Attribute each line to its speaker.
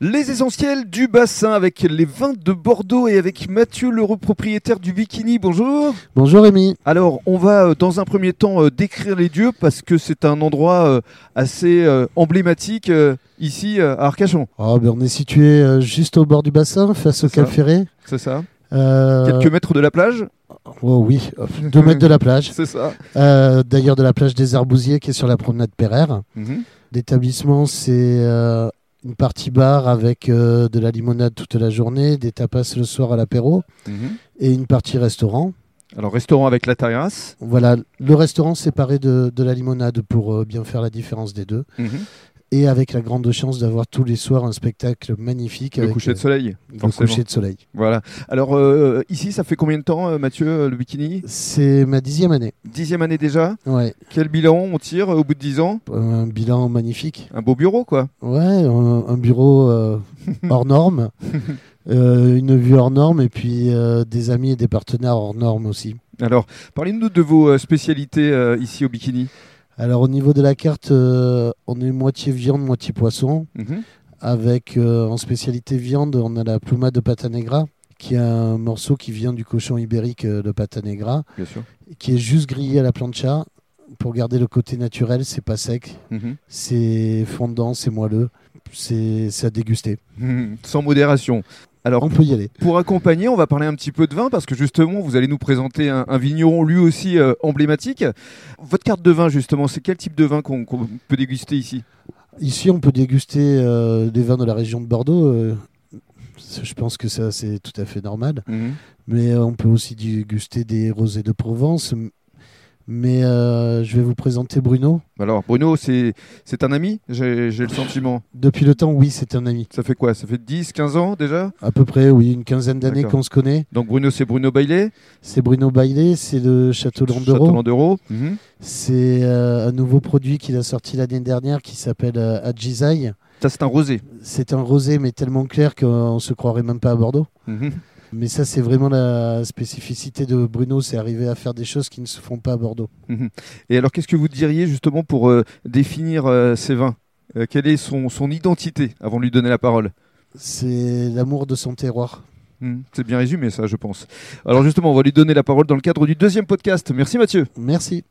Speaker 1: Les essentiels du bassin avec les vins de Bordeaux et avec Mathieu, le propriétaire du Bikini. Bonjour.
Speaker 2: Bonjour Rémi.
Speaker 1: Alors, on va euh, dans un premier temps euh, décrire les dieux parce que c'est un endroit euh, assez euh, emblématique euh, ici euh, à Arcachon.
Speaker 2: Oh, ben on est situé euh, juste au bord du bassin, face au
Speaker 1: C'est ça.
Speaker 2: Cap Ferré.
Speaker 1: C'est ça
Speaker 2: Euh,
Speaker 1: Quelques mètres de la plage
Speaker 2: oh oui, hop, deux mètres de la plage.
Speaker 1: C'est ça.
Speaker 2: Euh, D'ailleurs, de la plage des Arbousiers qui est sur la promenade Pereire.
Speaker 1: Mhm.
Speaker 2: L'établissement, c'est euh, une partie bar avec euh, de la limonade toute la journée, des tapas le soir à l'apéro
Speaker 1: Mhm.
Speaker 2: et une partie restaurant.
Speaker 1: Alors, restaurant avec la terrasse.
Speaker 2: Voilà, le restaurant séparé de, de la limonade pour euh, bien faire la différence des deux.
Speaker 1: Mhm.
Speaker 2: Et avec la grande chance d'avoir tous les soirs un spectacle magnifique
Speaker 1: Le
Speaker 2: avec
Speaker 1: coucher
Speaker 2: euh,
Speaker 1: de soleil.
Speaker 2: le
Speaker 1: forcément.
Speaker 2: coucher de soleil.
Speaker 1: Voilà. Alors, euh, ici, ça fait combien de temps, euh, Mathieu, euh, le Bikini
Speaker 2: C'est ma dixième année.
Speaker 1: Dixième année déjà.
Speaker 2: Ouais,
Speaker 1: Quel bilan on tire euh, au bout de dix ans
Speaker 2: un bilan magnifique.
Speaker 1: Un beau bureau, quoi.
Speaker 2: Ouais, un, un bureau euh, hors norme, euh, une vue hors norme et puis euh, des amis et des partenaires hors norme aussi.
Speaker 1: Alors, parlez-nous de vos euh, spécialités euh, ici au Bikini.
Speaker 2: Alors au niveau de la carte, euh, on est moitié viande, moitié poisson.
Speaker 1: Mhm.
Speaker 2: Avec euh, en spécialité viande, on a la pluma de pata negra, qui est un morceau qui vient du cochon ibérique euh, de pata negra,
Speaker 1: Bien sûr.
Speaker 2: qui est juste grillé à la plancha pour garder le côté naturel. C'est pas sec,
Speaker 1: Mhm.
Speaker 2: c'est fondant, c'est moelleux, c'est c'est à déguster.
Speaker 1: Mhm. Sans modération. Alors,
Speaker 2: On peut y aller.
Speaker 1: pour accompagner, on va parler un petit peu de vin parce que justement, vous allez nous présenter un, un vigneron lui aussi euh, emblématique. Votre carte de vin, justement, c'est quel type de vin qu'on qu'on peut déguster ici
Speaker 2: Ici, on peut déguster euh, des vins de la région de Bordeaux. euh, ça, je pense que ça, c'est tout à fait normal.
Speaker 1: Mhm.
Speaker 2: Mais euh, on peut aussi déguster des rosés de Provence. M- Mais euh, je vais vous présenter Bruno.
Speaker 1: Alors, Bruno, c'est c'est un ami J'ai j'ai le sentiment.
Speaker 2: Depuis le temps, oui, c'est un ami.
Speaker 1: Ça fait quoi Ça fait 10, 15 ans déjà
Speaker 2: À peu près, oui, une quinzaine d'années
Speaker 1: D'accord.
Speaker 2: qu'on se connaît.
Speaker 1: Donc, Bruno, c'est Bruno Bailey,
Speaker 2: C'est Bruno Bailey, c'est le Château Landereau.
Speaker 1: Château-Landereau. Mhm.
Speaker 2: C'est euh, un nouveau produit qu'il a sorti l'année dernière qui s'appelle euh, Adjizaï.
Speaker 1: Ça, c'est un rosé.
Speaker 2: C'est un rosé, mais tellement clair qu'on se croirait même pas à Bordeaux.
Speaker 1: Mhm.
Speaker 2: Mais ça, c'est vraiment la spécificité de Bruno, c'est arriver à faire des choses qui ne se font pas à Bordeaux.
Speaker 1: Et alors, qu'est-ce que vous diriez justement pour euh, définir euh, ces vins Euh, Quelle est son, son identité avant de lui donner la parole
Speaker 2: C'est l'amour de son terroir.
Speaker 1: Hmm, C'est bien résumé ça, je pense. Alors justement, on va lui donner la parole dans le cadre du deuxième podcast. Merci Mathieu.
Speaker 2: Merci.